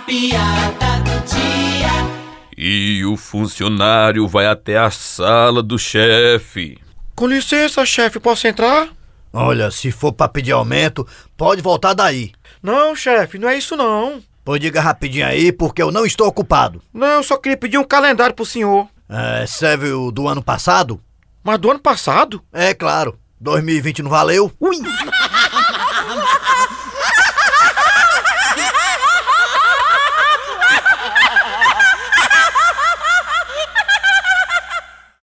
piada do dia. E o funcionário vai até a sala do chefe. Com licença, chefe, posso entrar? Olha, se for pra pedir aumento, pode voltar daí. Não, chefe, não é isso não. Pois diga rapidinho aí, porque eu não estou ocupado. Não, eu só queria pedir um calendário pro senhor. É, serve o do ano passado? Mas do ano passado? É claro. 2020 não valeu? Ui!